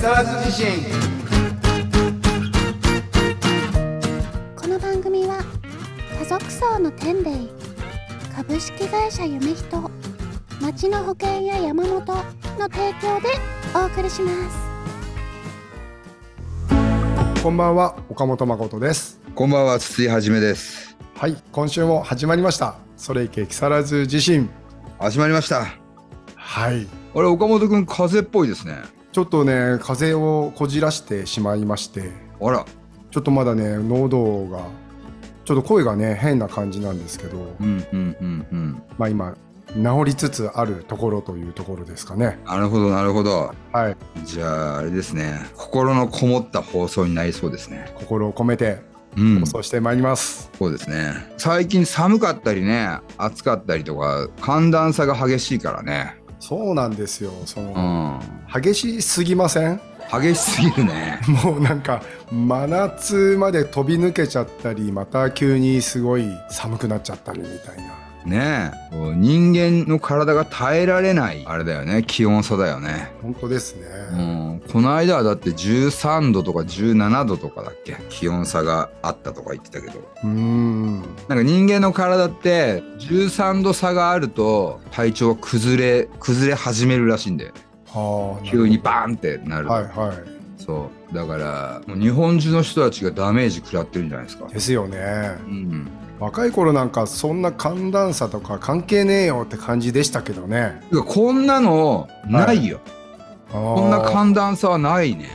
沢津地震この番組は家族層の天霊株式会社夢人町の保険や山本の提供でお送りしますこんばんは岡本誠ですこんばんは、筒井はじめです。はい今週も始まりましたそれいけ木更津地震始まりました。はいあれ、岡本くん、風邪っぽいですね。ちょっとね風邪をこじらしてしまいましてあら、ちょっとまだね喉がちょっと声がね変な感じなんですけどうんうんうんうん。まあ今治りつつあるところというところですかねなるほど、なるほど。はいじゃあ、あれですね。心のこもった放送になりそうですね。心を込めてうん、そそうしてまいります、うですね。最近寒かったりね、暑かったりとか、寒暖差が激しいからね。そうなんですよそうの、ん。激しすぎません激しすぎるね。もうなんか真夏まで飛び抜けちゃったりまた急にすごい寒くなっちゃったりみたいなねえ。こう人間の体が耐えられない、あれだよね。気温差だよね。本当ですね、うん、この間はだって13度とか17度とかだっけ気温差があったとか言ってたけどうーんなんか人間の体って13度差があると体調は崩れ崩れ始めるらしいんだよねはあ急にバーンってなる、はいはいそうだからもう日本中の人たちがダメージ食らってるんじゃないですか、ですよねうん、若い頃なんかそんな寒暖差とか関係ねえよって感じでしたけどねてかこんなのないよ、ここんな寒暖差はないね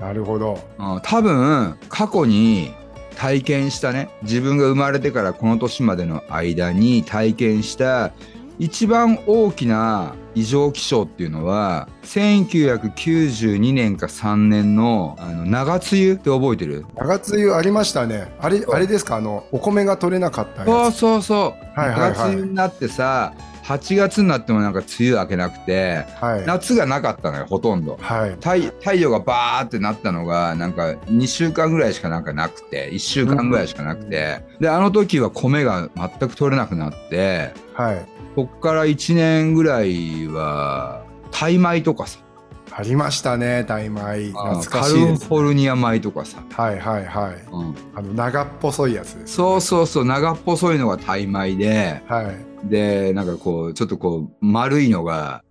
なるほどうん多分過去に体験したね自分が生まれてからこの年までの間に体験した一番大きな異常気象っていうのは1992年か3年のあの長梅雨って覚えてる長梅雨ありましたねあれあれですかあのお米が取れなかったそうやつそうそう、はいはいはい長梅雨になってさ8月になってもなんか梅雨明けなくてはい夏がなかったのよほとんどはい太太陽がバーってなったのがなんか2週間ぐらいしかなんかなくて1週間ぐらいしかなくて、であの時は米が全く取れなくなってはいこっから1年ぐらいはタイ米とかさありましたね大米懐カかしいルですフォルニア米とかさ、はいはいはいあの長っぽそいやつです。そうそうそう長っぽそいのがタイ米ではい。でなんかこうちょっとこう丸いのが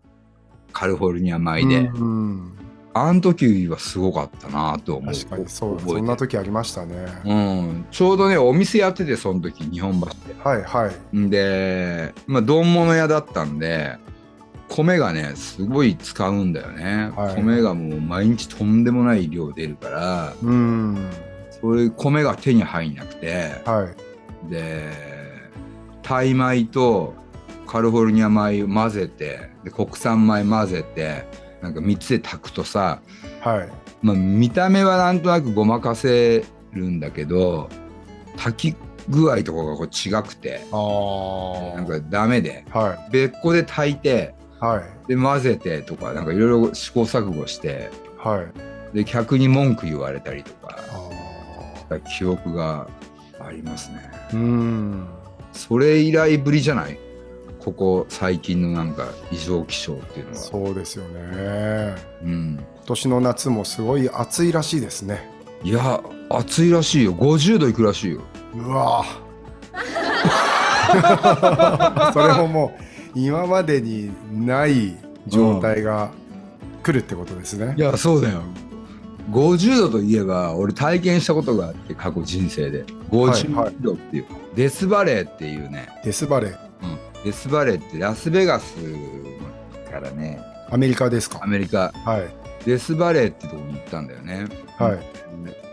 カルフォルニア米で、うん、あの時はすごかったなと思う確かにそう。覚えてるそんな時ありましたね。うん、ちょうどねお店やっててその時日本橋で。はいはい。んで、まあ、丼物屋だったんで米がねすごい使うんだよね、はい米がもう毎日とんでもない量出るからうん。それ米が手に入んなくてはい。でタイ米とカリフォルニア米を混ぜてで国産米混ぜてなんか3つで炊くとさ、はい。まあ、見た目はなんとなくごまかせるんだけど炊き具合とかがこう違くてああなんかダメでは別個で炊いていはいで混ぜてとかなんかいろいろ試行錯誤してはい。で客に文句言われたりとかあした記憶がありますねあ。うん。それ以来ぶりじゃないここ最近のなんか異常気象っていうのはそうですよね。うん、今年の夏もすごい暑いらしいですね。いや暑いらしいよ50度いくらしいようわ ーそれももう今までにない状態が来るってことですね。やそうだよ50度といえば俺体験したことがあって過去人生ではいは50度っていう、デスバレーっていうねデスバレーデスバレーってラスベガスからねアメリカですアか。メリカはいデスバレーってとこに行ったんだよねはい。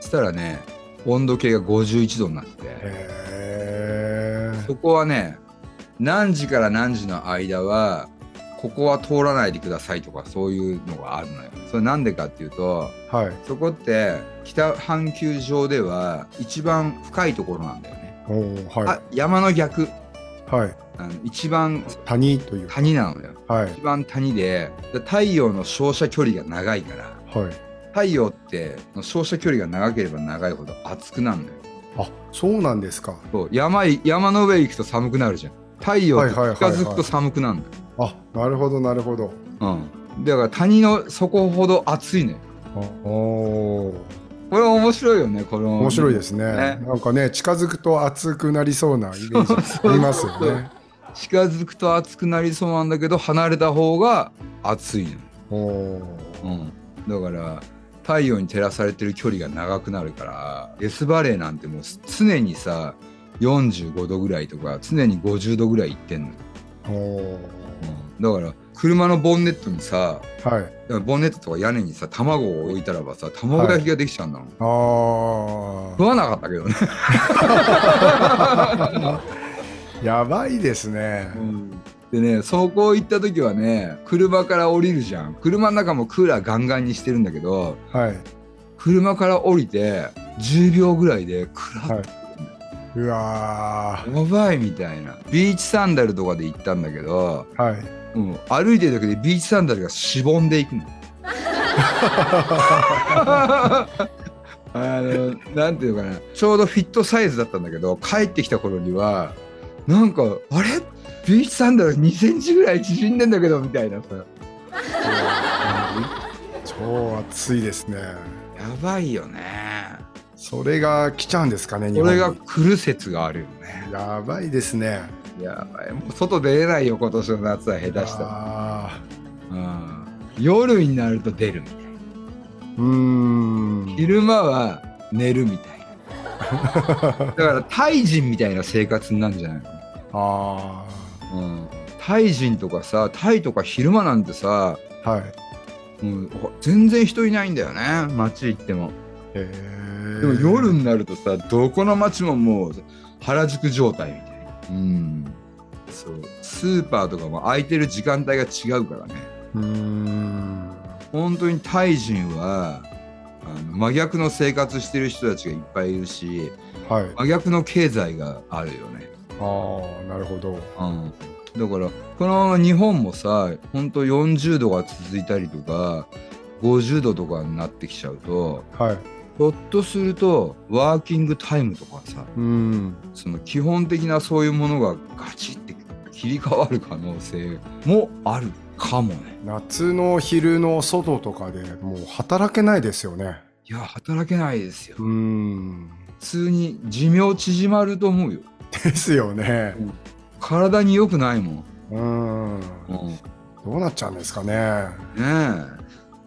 そしたらね温度計が51度になってへそこはね何時から何時の間はここは通らないでくださいとかそういうのがあるのよそれなんでかっていうとーはい。そこって北半球上では一番深いところなんだよね、おーはあ山の逆い。はい。あの一番谷という。谷なのよはい。一番谷でで太陽の照射距離が長いからはい。太陽って照射距離が長ければ長いほど熱くなるのよあ、そうなんですか。そう山い山の上行くと寒くなるじゃん太陽って近はいはいはいはいづくと寒くなるのよ、あ、なるほど、なるほど。うん、だから谷の底ほど暑いのよおーこれ面白いよねこの面白いですねねなんかね近づくと熱くなりそうなイメージありますよね近づくと熱くなりそうなんだけど離れた方が熱いおーの、うん、だから太陽に照らされてる距離が長くなるからデスバレーなんてもう常にさ45度ぐらいとか常に50度ぐらいいってんの、おうん、だから車のボンネットにさーはいボンネットとか屋根にさ卵を置いたらばさ卵焼きができちゃうんだもん、あー食わなかったけどね、やばいですね、でね走行行った時はね車から降りるじゃん車の中もクーラーガンガンにしてるんだけどはい車から降りて10秒ぐらいでクラッうわやばいみたいなビーチサンダルとかで行ったんだけど、ーはいうん、歩いてるだけでビーチサンダルがしぼんでい くの。あのなんていうのかなちょうどフィットサイズだったんだけど帰ってきた頃にはなんかあれビーチサンダル2センチぐらい縮んでんだけどみたいなさ超暑いですねやばいよねそれが来ちゃうんですかね日こ本れにが来る説があるよねやばいですねやばいもう外出れないよ今年の夏は下手したら、あうん、夜になると出るみたいなーうーん昼間は寝るみたい なだからタイ人みたいな生活になるんじゃないあの、うん、タイ人とかさタイとか昼間なんてさ、ーはいうん、全然人いないんだよね街行ってもへーでも夜になるとさどこの街ももう原宿状態みたいなうんそうスーパーとかも空いてる時間帯が違うからねうーん本当にタイ人はあの真逆の生活してる人たちがいっぱいいるしはい真逆の経済があるよねああなるほどうん、だからこのまま日本もさほんと40度が続いたりとか50度とかになってきちゃうとはいひょっとするとワーキングタイムとかさうんその基本的なそういうものがガチって切り替わる可能性もあるかもね。夏の昼の外とかでもう働けないですよねいや働けないですようーん 普通に寿命縮まると思うよですよね体に良くないもん、うーんうん、ねどうなっちゃうんですかねえ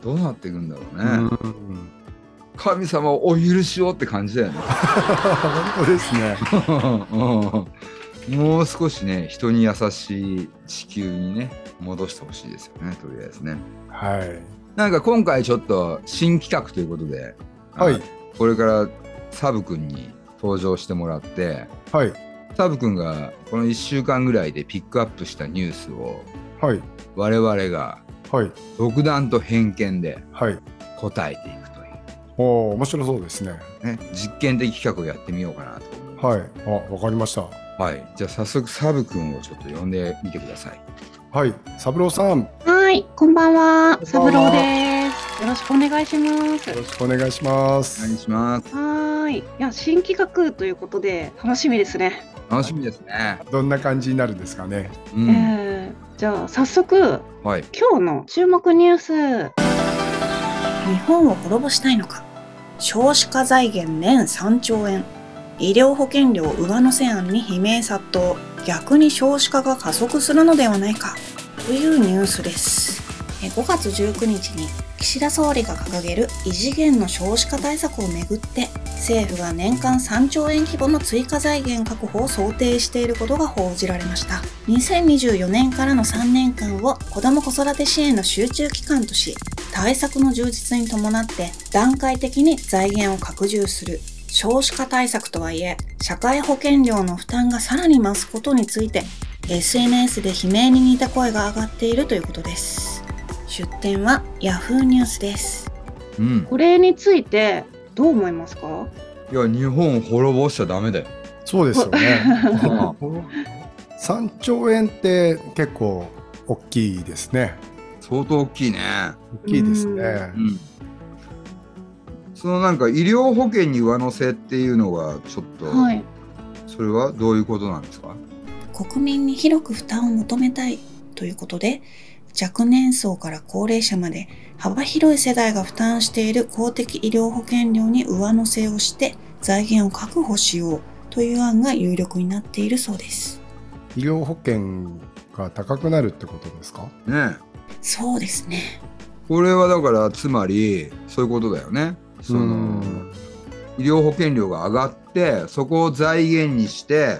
どうなっていくんだろうね、うん 神様をお許しをって感じだよね本当ですねうんもう少しね人に優しい地球にね戻してほしいですよねとりあえずねはいなんか今回ちょっと新企画ということで、はあいのこれからサブくんに登場してもらってはいサブくんがこの1週間ぐらいでピックアップしたニュースをはい我々がはい独断と偏見ではい答えていくといおお面白そうですねう、ね、実験的企画をやってみようかなと思いますはいあわかりましたはい、じゃあ早速サブくんをちょっと呼んでみてくださいはい、三郎さん、よはい、こんばんはこサブんばん。はローです。よろしくお願いします。はろしくお願いしまお願いす。しますーい。いや、新企画ということで楽しみですね。楽しみですね。どんな感じになるんですかね。うんえーじゃあ早速はい。今日の注目ニュース。日本を滅ぼしたいのか少子化財源年3兆円医療保険料上乗せ案に悲鳴殺到逆に少子化が加速するのではないかというニュースですえ5月19日に岸田総理が掲げる異次元の少子化対策をめぐって政府が年間3兆円規模の追加財源確保を想定していることが報じられました2024年からの3年間を子ども子育て支援の集中期間とし対策の充実に伴って段階的に財源を拡充する少子化対策とはいえ社会保険料の負担がさらに増すことについて SNS で悲鳴に似た声が上がっているということです出典は Yahoo ニュースですうん。これについてどう思いますか？いや、日本を滅ぼしちゃダメだよ。そうですよね。 うん三兆円って結構大きいですね。相当大きいね。大きいですね。うん。そのなんか医療保険に上乗せっていうのがちょっと、はい。それはどういうことなんですか国民に広く負担を求めたいということで若年層から高齢者まで幅広い世代が負担している公的医療保険料に上乗せをして財源を確保しようという案が有力になっているそうです。医療保険が高くなるってことですかねそうですね。これはだからつまりそういうことだよねそのうん医療保険料が上がってそこを財源にして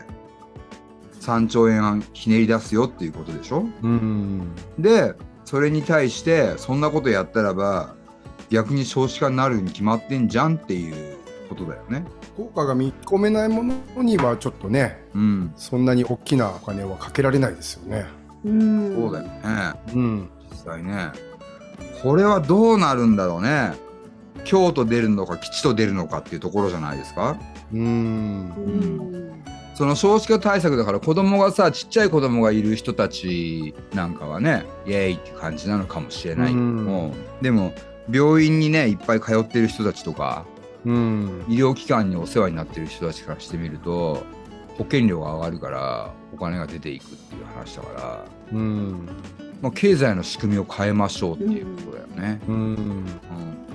3兆円ひねり出すよっていうことでしょうんでそれに対してそんなことやったらば逆に少子化になるに決まってんじゃんっていうことだよね。効果が見込めないものにはちょっとねうん、そんなに大きなお金はかけられないですよね。うん。そうだよねうん、実際ねこれはどうなるんだろうね京都出るのか吉と出るのかっていうところじゃないですかうんうん。その少子化対策だから子供がさちっちゃい子供がいる人たちなんかはねイエーイって感じなのかもしれないけども、でも病院にねいっぱい通ってる人たちとかうん医療機関にお世話になってる人たちからしてみると保険料が上がるからお金が出ていくっていう話だから、うんまあ、経済の仕組みを変えましょうっていうことだよね。うんうん、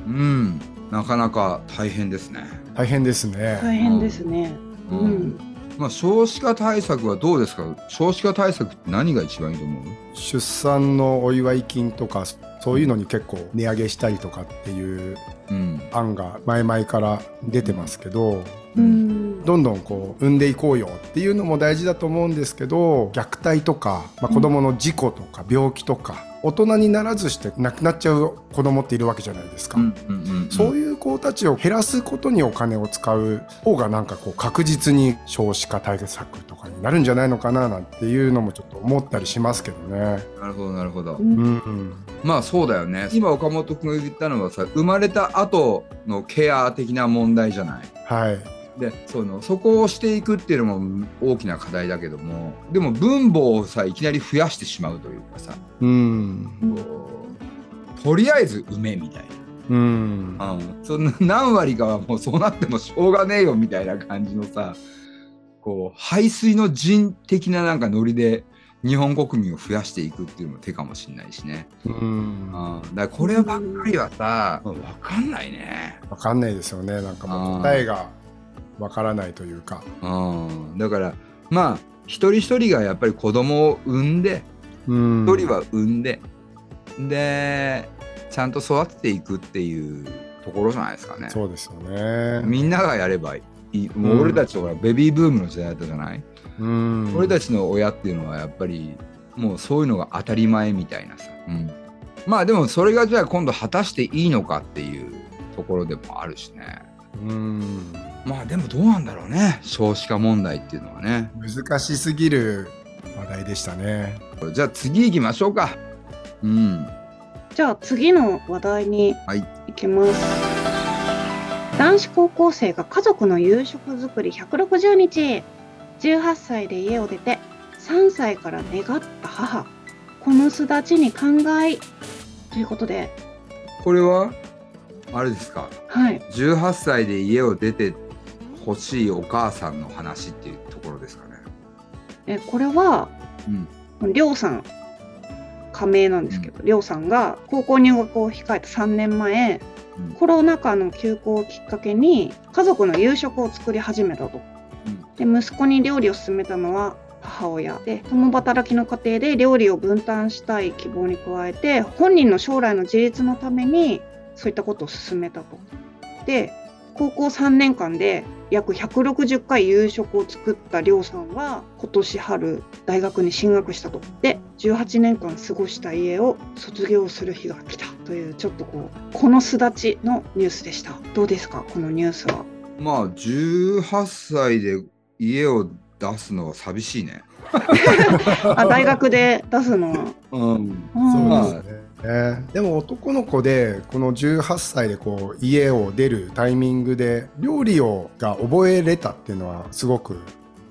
うんなかなか大変ですね。大変ですね。大変ですね。ううんん。まあ、少子化対策はどうですか少子化対策って何が一番いいと思う出産のお祝い金とかそういうのに結構値上げしたりとかっていううん、案が前々から出てますけどうん。どんどんこう産んでいこうよっていうのも大事だと思うんですけど虐待とか、まあ、子どもの事故とか病気とか大人にならずして亡くなっちゃう子どもっているわけじゃないですか。うんうんうんそういう子たちを減らすことにお金を使う方がなんかこう確実に少子化対策とかになるんじゃないのかななんていうのもちょっと思ったりしますけどね。なるほどなるほど、うんうん、まあそうだよね今岡本君が言ったのはさ生まれた後のケア的な問題じゃないはい。でそのそこをしていくっていうのも大きな課題だけどもでも分母をさいきなり増やしてしまうというかさ、うん。こうとりあえず埋めみたいうん。な、そんな何割かはもうそうなってもしょうがねえよみたいな感じのさこう排水の陣的ななんかノリで日本国民を増やしていくっていうのも手かもしれないしね、うん。わうん、だからこればっかりはさ分かんないね。かんないですよね。なんかもう答えがわからないというか。うん、だからまあ一人一人がやっぱり子供を産んでうん。一人は産んで、でちゃんと育てていくっていうところじゃないですかね。そうですよね。みんながやればいいもう俺たちとかベビーブームの時代だったじゃない、うん。俺たちの親っていうのはやっぱりもうそういうのが当たり前みたいなさ、うんまあでもそれがじゃあ今度果たしていいのかっていうところでもあるしねうん。まあでもどうなんだろうね少子化問題っていうのはね。難しすぎる話題でしたね。じゃあ次行きましょうか。うん。じゃあ次の話題にはい行きます。男子高校生が家族の夕食作り160日。18歳で家を出て、3歳から願った母。この巣立ちに感慨。ということで、これはあれですか。はい。 18歳で家を出て欲しいお母さんの話っていうところですかね。えこれは、うん。りょうさん仮名なんですけどりょうさんが高校入学を控えた3年前うんコロナ禍の休校をきっかけに家族の夕食を作り始めたとで息子に料理を勧めたのは母親で共働きの家庭で料理を分担したい希望に加えて本人の将来の自立のためにそういったことを勧めたと。で高校3年間で約160回夕食を作ったりょうさんは今年春大学に進学したとで18年間過ごした家を卒業する日が来たというちょっとこうこの巣立ちのニュースでしたどうですかこのニュースはまあ18歳で家を出すのは寂しいね。あ大学で出すのはうん。うんそうですね。でも男の子でこの18歳でこう家を出るタイミングで料理をが覚えれたっていうのはすごく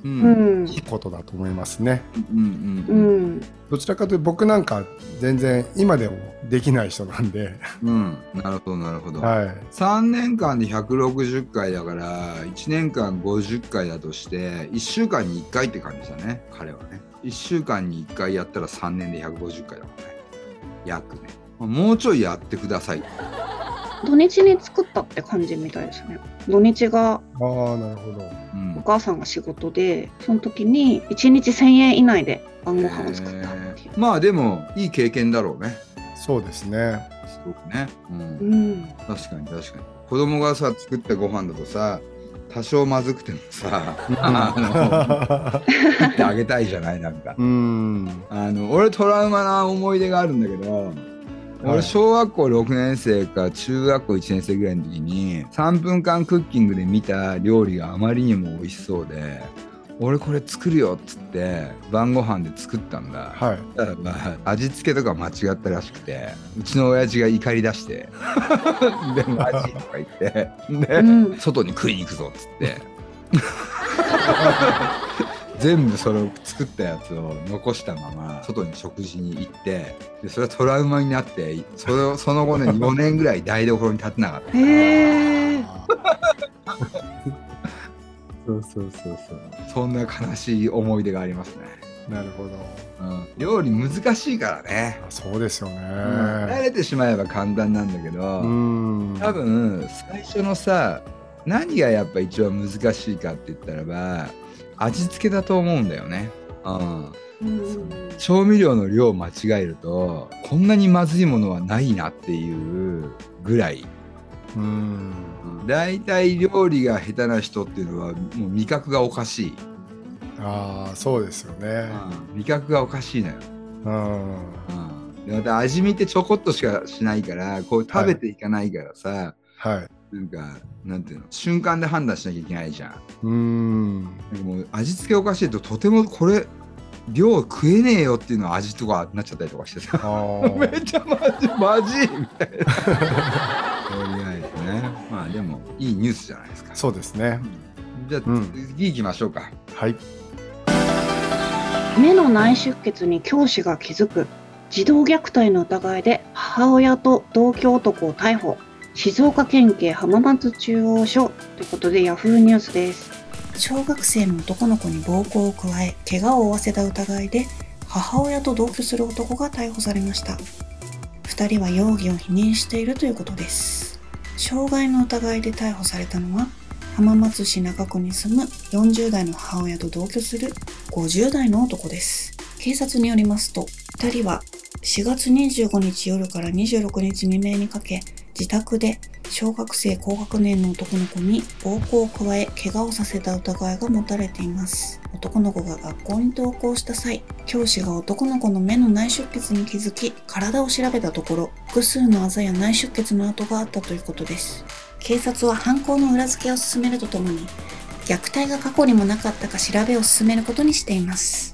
う。うんんいいことだと思いますね。うん。ううん。んどちらかというと僕なんか全然今でもできない人なんで、うん。なるほどなるほど。はい。 3年間で160回だから1年間50回だとして1週間に1回って感じだね彼はね1週間に1回やったら3年で150回だもんね約ねもうちょいやってください土日に作ったって感じみたいですね土日がああなるほどうんお母さんが仕事でその時に1日1000円以内で晩ご飯を作ったっていうえー、まあでもいい経験だろうねそうです ねすごくね、うんうん確かに確かに子供がさ作ったご飯だとさ多少まずくても さあの食ってあげたいじゃないなんかうんあの俺トラウマな思い出があるんだけどはい俺小学校6年生か中学校1年生ぐらいの時に3分間クッキングで見た料理があまりにも美味しそうで俺これ作るよっつって晩ご飯で作ったんだはいただまあ味付けとか間違ったらしくてうちの親父が怒り出 してでマジとか言ってうでん外に食いに行くぞっつって 全部それを作ったやつを残したまま外に食事に行ってでそれはトラウマになってそれをその後ね4年ぐらい台所に立てなかったへえそうそうそうそうそんな悲しい思い出がありますね、なるほどうん、料理難しいからねあそうですよね慣れてしまえば簡単なんだけど、うん多分最初のさ何がやっぱ一番難しいかって言ったらば味付けだと思うんだよね、うん、うん調味料の量を間違えるとこんなにまずいものはないなっていうぐらいうんだいたい料理が下手な人っていうのはもう味覚がおかしい、ああそうですよねうん味覚がおかしいのようんうんでまた味見ってちょこっとしかしないからこう食べていかないからさ、はいなんか、なんていうの、瞬間で判断しなきゃいけないじゃん。うんなんかもう味付けおかしいと、とてもこれ、量食えねえよっていうのは味とかなっちゃったりとかしてさ、あめ ーっちゃマジ、 マジみたいな。とりあえずね。まあでも、いいニュースじゃないですか。そうですねじゃあ、うん次行きましょうか。はい目の内出血に教師が気づく児童虐待の疑いで母親と同居男を逮捕静岡県警浜松中央署ということでヤフーニュースです小学生の男の子に暴行を加え怪我を負わせた疑いで母親と同居する男が逮捕されました2人は容疑を否認しているということです傷害の疑いで逮捕されたのは浜松市中区に住む40代の母親と同居する50代の男です警察によりますと2人は4月25日夜から26日未明にかけ自宅で小学生高学年の男の子に暴行を加え怪我をさせた疑いが持たれています男の子が学校に登校した際教師が男の子の目の内出血に気づき体を調べたところ複数のあざや内出血の跡があったということです警察は犯行の裏付けを進めるとともに虐待が過去にもなかったか調べを進めることにしています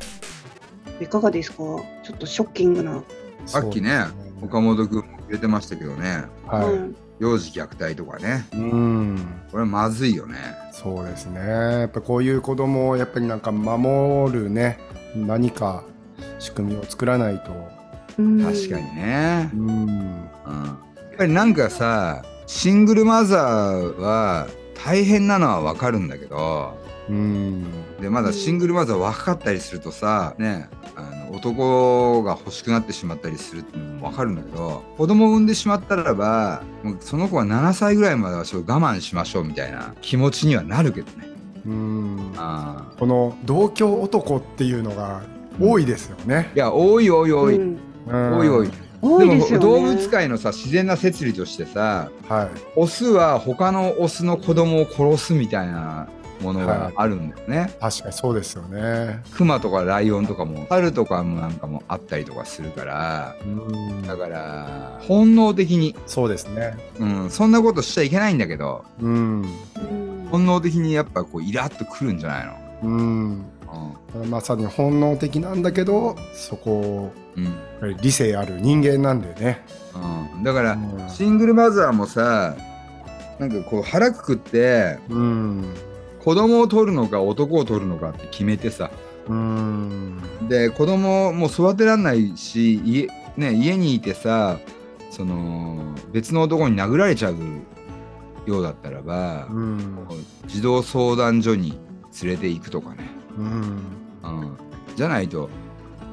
いかがですかちょっとショッキングな、さっきね、岡本君も触れてましたけどね、うはん幼児虐待とかね、いうんこれはまずいよね。そうですねやっぱこういう子供をやっぱりなんか守るね何か仕組みを作らないとうん確かにね。うんうんやっぱりなんかさシングルマザーは大変なのはわかるんだけどうんでまだシングルマザー若かったりするとさ、ね、あの男が欲しくなってしまったりするっていうのもわかるんだけど子供を産んでしまったならばもうその子は7歳ぐらいまではちょっと我慢しましょうみたいな気持ちにはなるけどね。うんあーこの同居男っていうのが多いですよねいや多い多い多い、うんうん多い多い。多いですよね動物界のさ自然な摂理としてさはオスは他のオスの子供を殺すみたいなものがあるんだよね、い確かにそうですよねクマとかライオンとかも猿とかもなんかもあったりとかするからうんだから本能的に、そうですねうん、そんなことしちゃいけないんだけどうんうん本能的にやっぱこうイラッとくるんじゃないうんの、まさに本能的なんだけどそこをうんうんやっぱり理性ある人間なんでねうん、だからうんシングルマザーもさなんかこう腹くくってうん子供を取るのか男を取るのかって決めてさうんで子供も育てらんないし家,、ね、家にいてさその別の男に殴られちゃうようだったらば、うん児童相談所に連れて行くとかね、うんうん、じゃないと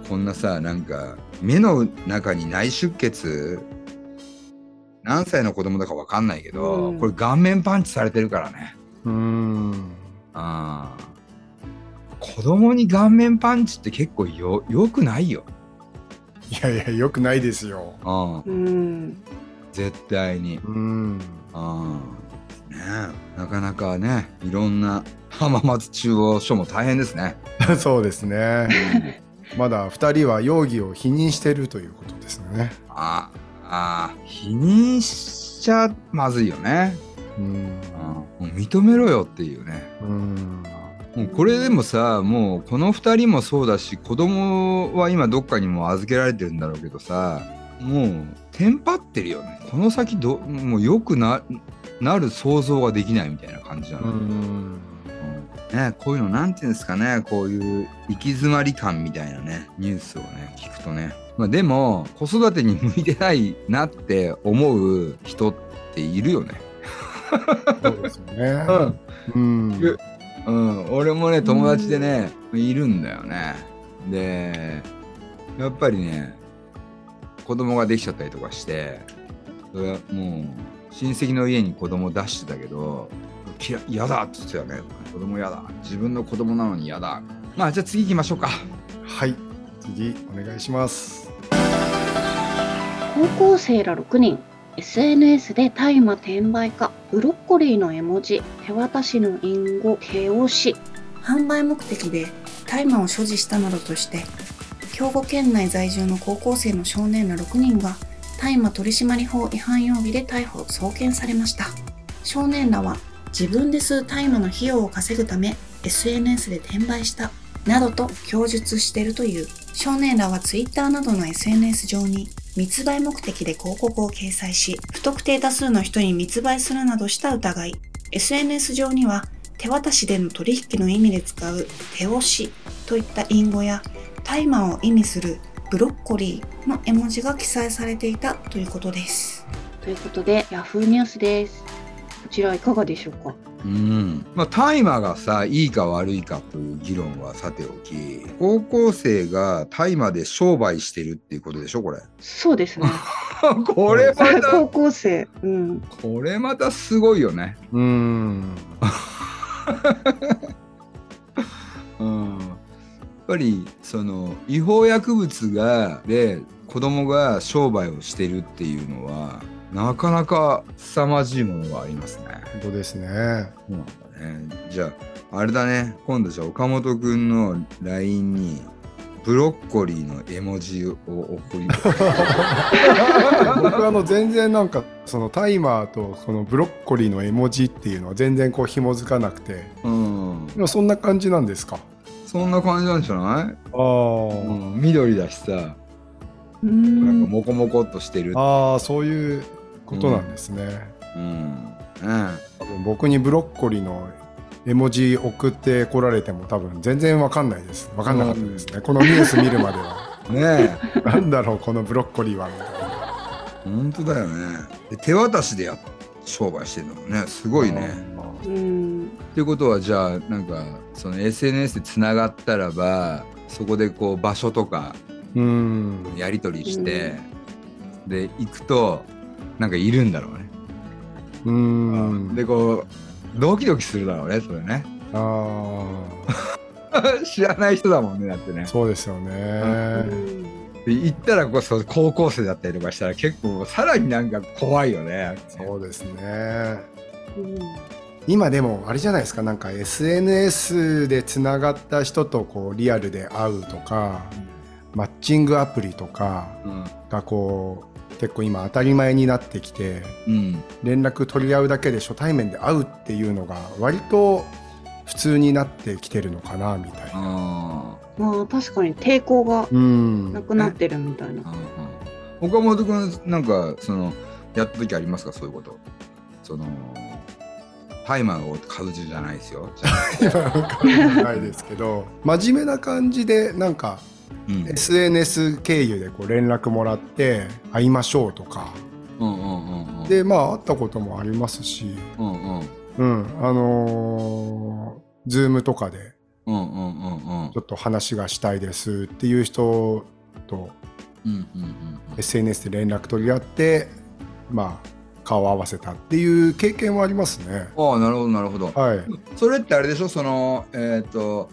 ここんなさなんか目の中に内出血何歳の子供だかわかんないけど、うんこれ顔面パンチされてるからねうーんあー子供に顔面パンチって結構よよくないよ、いやいやよくないですようん、うん絶対にうーん あーねえなかなかねいろんな浜松中央署も大変ですね、そうですねうんまだ2人は容疑を否認しているということですねああ否認しちゃまずいよね、うーんうん、もう認めろよっていうねうーんもうこれでもさもうこの2人もそうだし子供は今どっかにも預けられてるんだろうけどさもうテンパってるよねこの先どもう良くななる想像ができないみたいな感じなうーの、んうんね、こういうのなんていうんですかねこういう行き詰まり感みたいなねニュースをね聞くとね、まあ、でも子育てに向いてないなって思う人っているよねそうですよねうんいやうん、俺もね友達でねいるんだよねでやっぱりね子供ができちゃったりとかしてそれはもう親戚の家に子供出してたけど「きら嫌だ」って言ってたよね「子供嫌だ自分の子供なのに嫌だ」まあじゃあ次行きましょうかはい次お願いします高校生ら6人 SNS で大麻転売かブロッコリーの絵文字手渡しの隠語手押し販売目的で大麻を所持したなどとして兵庫県内在住の高校生の少年ら6人が大麻取締法違反容疑で逮捕・送検されました少年らは自分で吸う大麻の費用を稼ぐため SNS で転売したなどと供述しているという少年らは Twitter などの SNS 上に密売目的で広告を掲載し不特定多数の人に密売するなどした疑い SNS 上には手渡しでの取引の意味で使う手押しといった隠語や大麻を意味するブロッコリーの絵文字が記載されていたということです。ということでヤフーニュースですこちらいかがでしょうかうんまあ大麻がさいいか悪いかという議論はさておき高校生が大麻で商売してるっていうことでしょこ れそうです ねこれまた高校生うんこれまたすごいよねうー んうんやっぱりその違法薬物がで子供が商売をしてるっていうのはなかなか凄まじいものがありますね。本当ですねそうなんだね。じゃああれだね今度じゃあ岡本くんの LINE にブロッコリーの絵文字を送り 僕はあの全然なんかそのタイマーとそのブロッコリーの絵文字っていうのは全然こう紐づかなくてうんでもそんな感じなんですかそんな感じなんじゃなあ、い、ーうん、緑だしさうーなんかんモコモコっとしてる、あーそういうことなんですね、うんうん、多分僕にブロッコリーの絵文字送ってこられても多分全然わかんないですわかんなかったですね、このニュース見るまでは ねえなんだろうこのブロッコリーはみたいな本当だよねで手渡しでやっ商売してるのもねすごいね。うんっていうことはじゃあなんかその SNS でつながったらばそこでこう場所とかうんやり取りして、で行くとなんかいるんだろうね、うんでこうドキドキするだろうねそれね あー知らない人だもんねだってねそうですよねで行ったらこうそう高校生だったりとかしたら結構さらになんか怖いよねそうですねうん今でもあれじゃないですかなんか SNS でつながった人とこうリアルで会うとかマッチングアプリとかうんがこう結構今当たり前になってきてうん連絡取り合うだけで初対面で会うっていうのが割と普通になってきてるのかなみたいな。あーまあ確かに抵抗がうんなくなってるみたいな うんうん岡本君なんかそのやった時ありますかそういうことそのタイマーを買うじゃないですよじゃあ、今わかんないですけど真面目な感じでなんかうん SNS 経由でこう連絡もらって会いましょうとかうんうんうんうんでまあ会ったこともありますし、うんうんうん、あのー、ズームとかでうんうんうんうんちょっと話がしたいですっていう人とうんうんうんうん SNS で連絡取り合ってまあ顔を合わせたっていう経験はありますね。ああなるほどなるほどはい、それってあれでしょそのえっ、と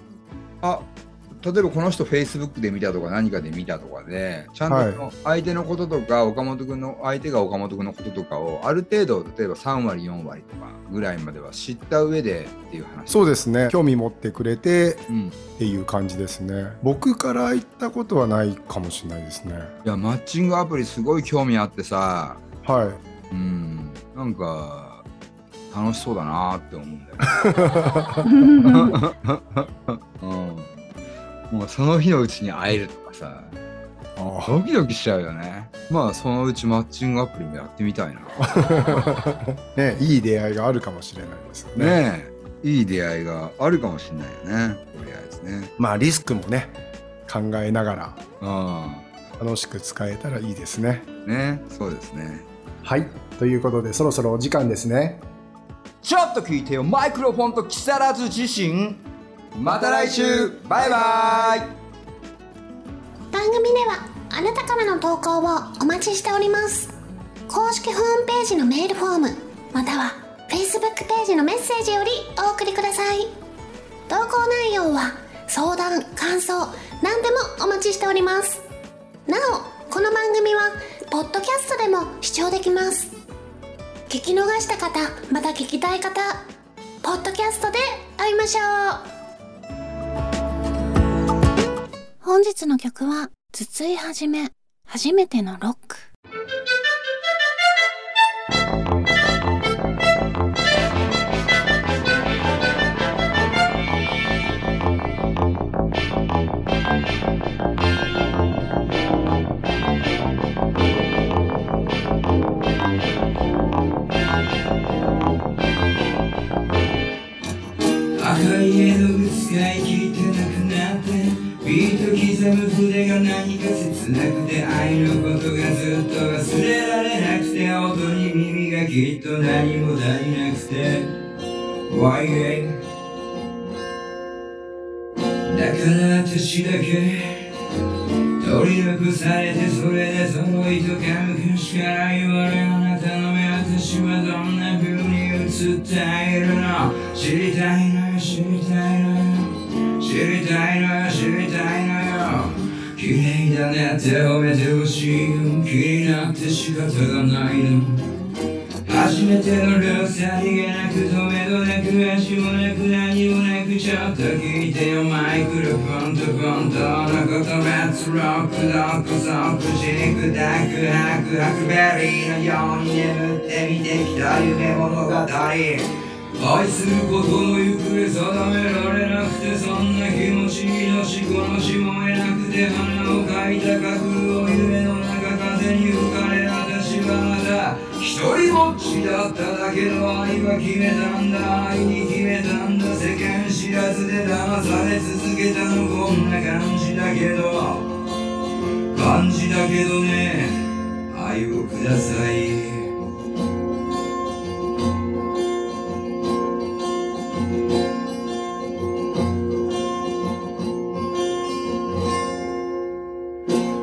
あ例えばこの人フェイスブックで見たとか何かで見たとかでちゃんとその相手のこととか、岡本君の相手が岡本君のこととかをある程度例えば3割4割とかぐらいまでは知った上でっていう話そうですね興味持ってくれてうん、いっていう感じですね僕から言ったことはないかもしれないですねやマッチングアプリすごい興味あってさはうんなんか楽しそうだなって思うんだよねうん、もうその日のうちに会えるとかさドキドキしちゃうよねまあそのうちマッチングアプリもやってみたいない、ね、いい出会いがあるかもしれないですよねねえいい出会いがあるかもしれないよねとりあえずねまあリスクもね考えながらう楽しく使えたらいいですねんねそうですねはいということでそろそろお時間ですねちょっと聞いてよマイクロフォンと木更津自身また来週バイバイ番組ではあなたからの投稿をお待ちしております公式ホームページのメールフォームまたは Facebook ページのメッセージよりお送りください投稿内容は相談感想何でもお待ちしておりますなおこの番組はポッドキャストでも視聴できます聞き逃した方また聞きたい方ポッドキャストで会いましょう本日の曲は「筒井はじめ初めてのロック」赤い絵の具使い切ってなくなってビート刻む筆が何か切なくて愛のことがずっと忘れられなくて音に耳がきっと何も足りなくて YA だから私だけ取り残されてそれでその糸が昔から言われあなたの目私はどんな風に映っているの知りたいのよ知りたいのよ知りたいのよ知りたいのよ綺麗だねって褒めてほしいよ気になって仕方がないの初めてのルースさりげなく止めどなく足もなく何もなくちょっと聞いてよマイクロフォンとフォントのことレッツロックどこそくじくだくはくハクベリーのように眠って見てきた夢物語愛することの行方定められなくてそんな気持ちのしこのしもえなくて花を描いた架空を夢の中風に吹かれ私はまだ一人ぼっちだっただけど愛は決めたんだ愛に決めたんだ世間知らずで騙され続けたのこんな感じだけど感じだけどね愛をください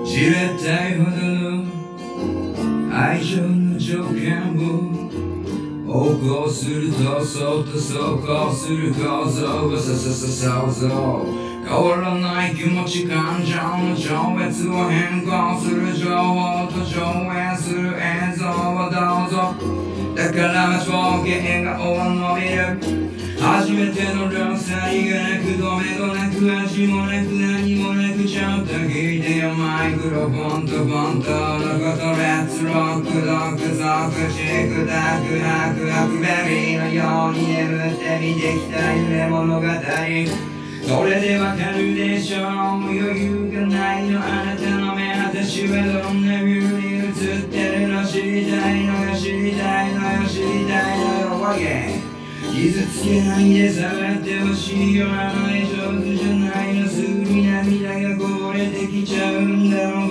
じれったいほどの愛情の条件を横行するとそっと走行する構造がさささ想像変わらない気持ち感情の超越を変更する情報と上演する映像をどうぞだから情景が終わるの見る初めての両さりがなくどめどなく味もなく何もなくちゃんと聞いてよマイクロフォンとフォントのことレッツロックドクゾクチクダクハクハクベリーのように眠って見てきた夢物語それでわかるでしょう余裕がないのあなたの目私はどんな風に映ってるの知りたいのよ知りたいのよ知りたいのよ OK 傷つけないで触ってほしいよあの絵上手じゃないのすぐに涙がこぼれてきちゃうんだろう